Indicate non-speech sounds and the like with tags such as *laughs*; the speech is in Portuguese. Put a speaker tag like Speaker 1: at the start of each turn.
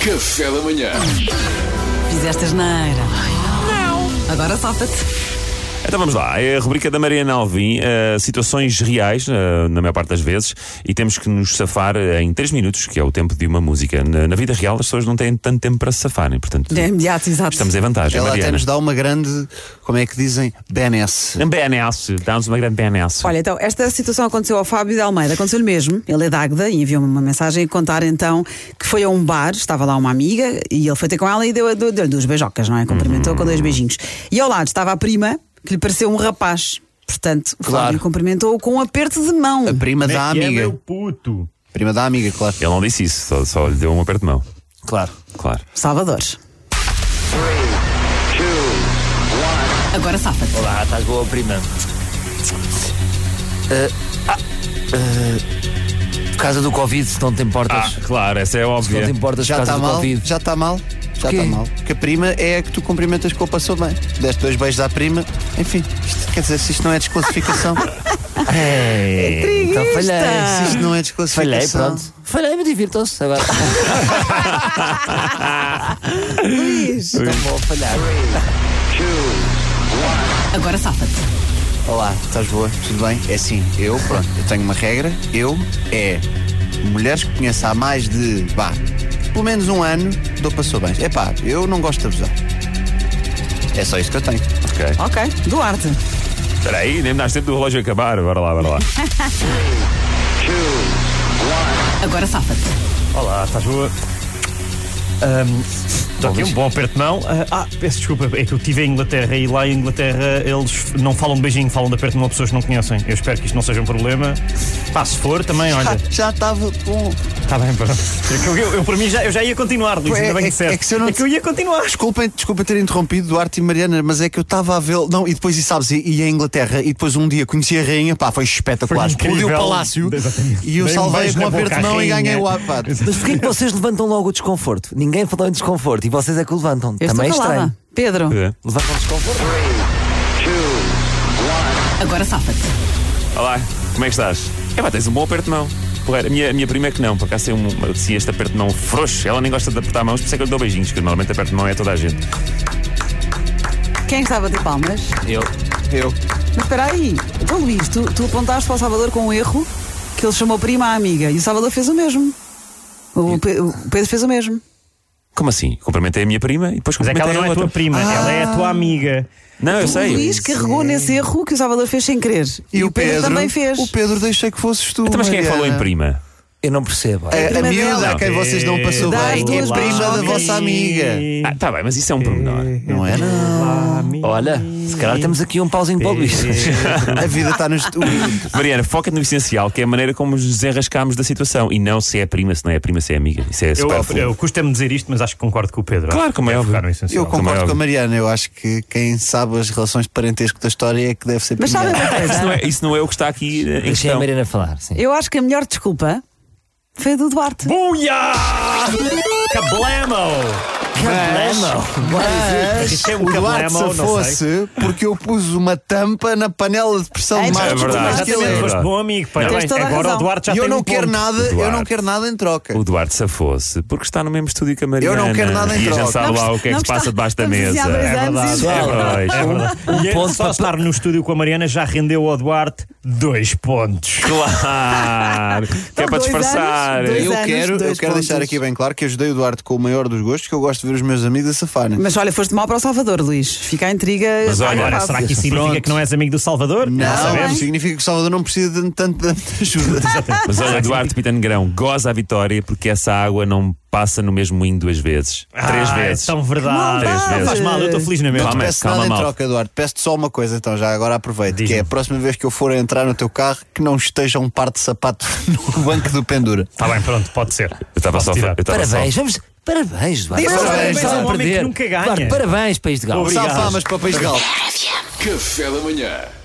Speaker 1: Café da manhã.
Speaker 2: Fizeste asneira. Não. Agora salta-te.
Speaker 3: Então vamos lá, é a rubrica da Mariana Alvim, eh, situações reais, eh, na maior parte das vezes, e temos que nos safar eh, em 3 minutos, que é o tempo de uma música. Na, na vida real, as pessoas não têm tanto tempo para se safarem, portanto,
Speaker 2: É imediato, exato.
Speaker 3: estamos em vantagem.
Speaker 4: Ela até
Speaker 3: Mariana.
Speaker 4: nos dá uma grande, como é que dizem, BNS.
Speaker 3: Um BNS, dá-nos uma grande BNS.
Speaker 2: Olha, então, esta situação aconteceu ao Fábio de Almeida, aconteceu-lhe mesmo. Ele é de Águeda e enviou-me uma mensagem a contar então que foi a um bar, estava lá uma amiga e ele foi ter com ela e deu- deu- deu-lhe duas beijocas, não é?
Speaker 3: Uhum.
Speaker 2: Cumprimentou com dois beijinhos. E ao lado estava a prima, que lhe pareceu um rapaz. Portanto, o
Speaker 4: Claro.
Speaker 2: Fábio cumprimentou-o com um aperto de mão.
Speaker 4: Prima da
Speaker 3: é
Speaker 4: amiga.
Speaker 5: puto.
Speaker 4: Prima da amiga, claro.
Speaker 3: Ele não disse isso, só, só lhe deu um aperto de mão,
Speaker 4: Claro.
Speaker 3: claro.
Speaker 2: Salvador. Agora safa te
Speaker 5: Olá, estás boa, prima. Por causa do Covid, se não te
Speaker 3: Ah,
Speaker 5: importas.
Speaker 3: claro, essa é
Speaker 5: se não
Speaker 3: óbvia.
Speaker 5: te importas,
Speaker 4: Já
Speaker 5: por causa
Speaker 4: está
Speaker 5: do
Speaker 4: mal?
Speaker 5: Covid.
Speaker 4: Já está mal? Já
Speaker 5: Porquê?
Speaker 4: está mal. Porque a prima é a que tu cumprimentas com o passou bem. Deste dois beijos à prima. Enfim, isto, quer dizer, se isto não é
Speaker 5: *laughs*
Speaker 4: desclassificação.
Speaker 5: É, então
Speaker 4: se
Speaker 5: falhei.
Speaker 4: isto não é
Speaker 5: Falhei,
Speaker 4: desclassificação.
Speaker 5: pronto. Falhei, mas divirtam-se agora. *laughs* Não vou falhar.
Speaker 2: Agora safa-te.
Speaker 4: Olá, estás boa? Tudo bem? É assim, eu, pronto, eu tenho uma regra. Eu é mulheres que conheço há mais de, vá, pelo menos um ano, dou passou bem. É pá, eu não gosto de abusar. É só isso que eu tenho.
Speaker 3: Ok.
Speaker 2: Ok, Duarte.
Speaker 3: Espera aí, nem me dás tempo do relógio acabar, bora lá, bora lá.
Speaker 2: Agora safa-te.
Speaker 6: Olá, estás boa? Ahm, Dá aqui um bom aperto de mão. Ah, ah, peço desculpa, é que eu estive em Inglaterra e lá em Inglaterra eles não falam de beijinho, falam de aperto de mão a pessoas que não conhecem. Eu espero que isto não seja um problema. Pá, se for, também, olha.
Speaker 4: Já estava com.
Speaker 6: Está bem, pronto. É que Eu, eu, eu, para mim, já, eu já ia continuar, Luís,
Speaker 4: Pois,
Speaker 6: ainda bem
Speaker 4: é-
Speaker 6: que disseste.
Speaker 4: é que se eu não-
Speaker 6: é que eu ia continuar.
Speaker 4: Desculpem, desculpa ter interrompido Duarte e Mariana, mas é que eu estava a vê-lo. Não, e depois, e sabes, e, e a Inglaterra, e depois um dia conheci a rainha, pá, foi espetacular.
Speaker 6: Foi incrível.
Speaker 4: Explodiu o palácio
Speaker 6: Exatamente.
Speaker 4: e eu
Speaker 6: Dei um
Speaker 4: salvei
Speaker 6: beijo
Speaker 4: com um
Speaker 6: na boca
Speaker 4: aperto de
Speaker 6: à
Speaker 4: mão e
Speaker 6: rainha.
Speaker 4: ganhei o iPad.
Speaker 5: Mas porquê que vocês levantam logo o desconforto? Ninguém falou em desconforto e vocês é que o levantam.
Speaker 2: Eu
Speaker 5: também é
Speaker 2: estou
Speaker 5: estranho.
Speaker 2: calada. Pedro.
Speaker 3: É.
Speaker 5: Levantam o desconforto.
Speaker 3: É.
Speaker 2: Agora safa-te.
Speaker 3: Olá, como é que estás? É pá, tens um bom aperto de mão. Porra, a minha, a minha prima é que não, por acaso tem um, se este aperto de mão frouxo, ela nem gosta de apertar mãos, por isso é que eu lhe dou beijinhos, que normalmente aperto de mão é a toda a gente.
Speaker 2: Quem é estava de palmas?
Speaker 3: Eu.
Speaker 4: Eu.
Speaker 2: Mas espera aí, então Luís, tu, tu apontaste para o Salvador com um erro que ele chamou prima à amiga e o Salvador fez o mesmo. O, Pe- o Pedro fez o mesmo.
Speaker 3: Como assim? Cumprimentei a minha prima e depois
Speaker 6: Mas é que
Speaker 3: cumprimentei
Speaker 6: ela não é
Speaker 3: a
Speaker 6: a tua
Speaker 3: outra.
Speaker 6: prima, ela é a tua amiga.
Speaker 3: Não, eu
Speaker 2: o
Speaker 3: sei.
Speaker 2: Luís carregou nesse erro que o Salvador fez sem querer.
Speaker 4: E, o Pedro,
Speaker 2: também fez.
Speaker 4: O Pedro deixei que fosses tu.
Speaker 3: Então, mas quem é que falou em
Speaker 4: Mariana.
Speaker 3: prima?
Speaker 5: Eu não percebo.
Speaker 4: A, a
Speaker 2: prima
Speaker 4: miúda a
Speaker 2: dela.
Speaker 4: quem vocês não passou
Speaker 2: Dá as
Speaker 4: bem é
Speaker 2: duas
Speaker 4: prima da
Speaker 2: beijocas.
Speaker 4: vossa amiga.
Speaker 3: Ah, tá bem, mas isso é um pormenor.
Speaker 6: Eh,
Speaker 4: Não é? Não.
Speaker 5: Olha, se calhar temos aqui um pauzinho para o Luís.
Speaker 4: A vida está nos. o-
Speaker 3: Mariana, foca-te no essencial, que é a maneira como nos desenrascámos da situação. E não se é prima, se não é prima, se é amiga. Isso é
Speaker 6: Eu,
Speaker 3: super
Speaker 6: eu, custa-me dizer isto, mas acho que concordo com o Pedro.
Speaker 3: Claro, como é
Speaker 6: Deve
Speaker 3: óbvio.
Speaker 6: ficar no essencial.
Speaker 4: Eu
Speaker 3: Também é
Speaker 4: concordo com
Speaker 3: óbvio.
Speaker 4: a Mariana. Eu acho que quem sabe as relações de parentesco da história é que deve ser
Speaker 2: Mas
Speaker 4: prima.
Speaker 2: sabe uma
Speaker 3: Isso não
Speaker 2: coisa?
Speaker 3: é, isso não é o que está aqui eh, em
Speaker 5: Deixei a
Speaker 3: questão.
Speaker 5: Mariana falar. Sim.
Speaker 2: Eu acho que a melhor desculpa foi a do Duarte.
Speaker 6: Buia! Cablamo!
Speaker 4: Mas
Speaker 6: Isto é um
Speaker 4: Ah, o Duarte
Speaker 6: cablamo,
Speaker 4: se
Speaker 6: não sei.
Speaker 4: fosse porque eu pus uma tampa na panela de pressão
Speaker 2: Ai,
Speaker 4: de
Speaker 2: não,
Speaker 4: mais
Speaker 2: é
Speaker 4: potente
Speaker 2: verdade.
Speaker 4: que ele
Speaker 6: Exatamente,
Speaker 4: é.
Speaker 3: Exatamente.
Speaker 6: foste um bom amigo. pá,
Speaker 2: Tens
Speaker 6: bem,
Speaker 2: toda a
Speaker 6: Agora
Speaker 2: razão.
Speaker 6: o Duarte já
Speaker 4: E
Speaker 6: tem
Speaker 4: eu não
Speaker 6: um
Speaker 4: quero
Speaker 6: ponto.
Speaker 4: nada, eu não
Speaker 3: Duarte.
Speaker 4: quero nada em troca.
Speaker 3: O Duarte safou-se porque está no mesmo estúdio que a Mariana.
Speaker 4: não quero
Speaker 3: E
Speaker 4: nada em
Speaker 3: a gente
Speaker 4: troca.
Speaker 3: sabe
Speaker 2: Não,
Speaker 3: lá o que é que
Speaker 2: não
Speaker 3: se passa
Speaker 2: está-
Speaker 3: debaixo da
Speaker 2: estamos assim
Speaker 3: mesa.
Speaker 2: há dois anos e-
Speaker 3: É verdade. É verdade.
Speaker 6: E
Speaker 5: ponto
Speaker 6: só
Speaker 5: para-
Speaker 6: um estar no estúdio com a Mariana já rendeu ao Duarte dois pontos.
Speaker 3: Claro! que é para
Speaker 2: dois
Speaker 3: disfarçar.
Speaker 2: anos, dois
Speaker 4: Eu
Speaker 2: anos,
Speaker 4: quero, eu
Speaker 2: dois
Speaker 4: quero
Speaker 2: pontos.
Speaker 4: deixar aqui bem claro que ajudei o Duarte com o maior dos gostos, que eu gosto de ver os meus amigos a safarem.
Speaker 2: Mas olha, foste mal para o Salvador, Luís. Fica a intriga.
Speaker 3: Mas olha,
Speaker 6: Agora,
Speaker 2: fácil.
Speaker 6: será que isso significa
Speaker 4: Pronto.
Speaker 6: que não és amigo do Salvador?
Speaker 4: Não,
Speaker 6: sabemos.
Speaker 4: significa que o Salvador não precisa de tanto de ajuda.
Speaker 3: Mas olha, Duarte Pita Negrão goza a vitória porque essa água não passa no mesmo moinho duas vezes. Três
Speaker 6: Ah,
Speaker 3: vezes.
Speaker 6: É tão verdade.
Speaker 3: Três vezes.
Speaker 6: Não faz mal, eu estou feliz na mesma.
Speaker 3: Calma,
Speaker 4: Peço nada em
Speaker 3: mal.
Speaker 4: troca, Eduardo. Peço-te só uma coisa, então, já agora aproveito. Que é a próxima vez que eu for entrar no teu carro, que não esteja um par de sapato *laughs* no banco do pendura.
Speaker 6: Está Tá bem, pronto, pode ser.
Speaker 3: Eu estava só. Eu
Speaker 6: tirar.
Speaker 3: estava só.
Speaker 5: Parabéns, vamos. Parabéns, Duarte.
Speaker 4: Parabéns,
Speaker 5: Parabéns,
Speaker 4: é um
Speaker 5: a
Speaker 6: homem que
Speaker 5: perder.
Speaker 6: nunca ganha.
Speaker 5: Duarte, parabéns, país de Galo.
Speaker 6: Obrigado.
Speaker 4: Salve palmas para o País de Galo.
Speaker 1: Café da manhã.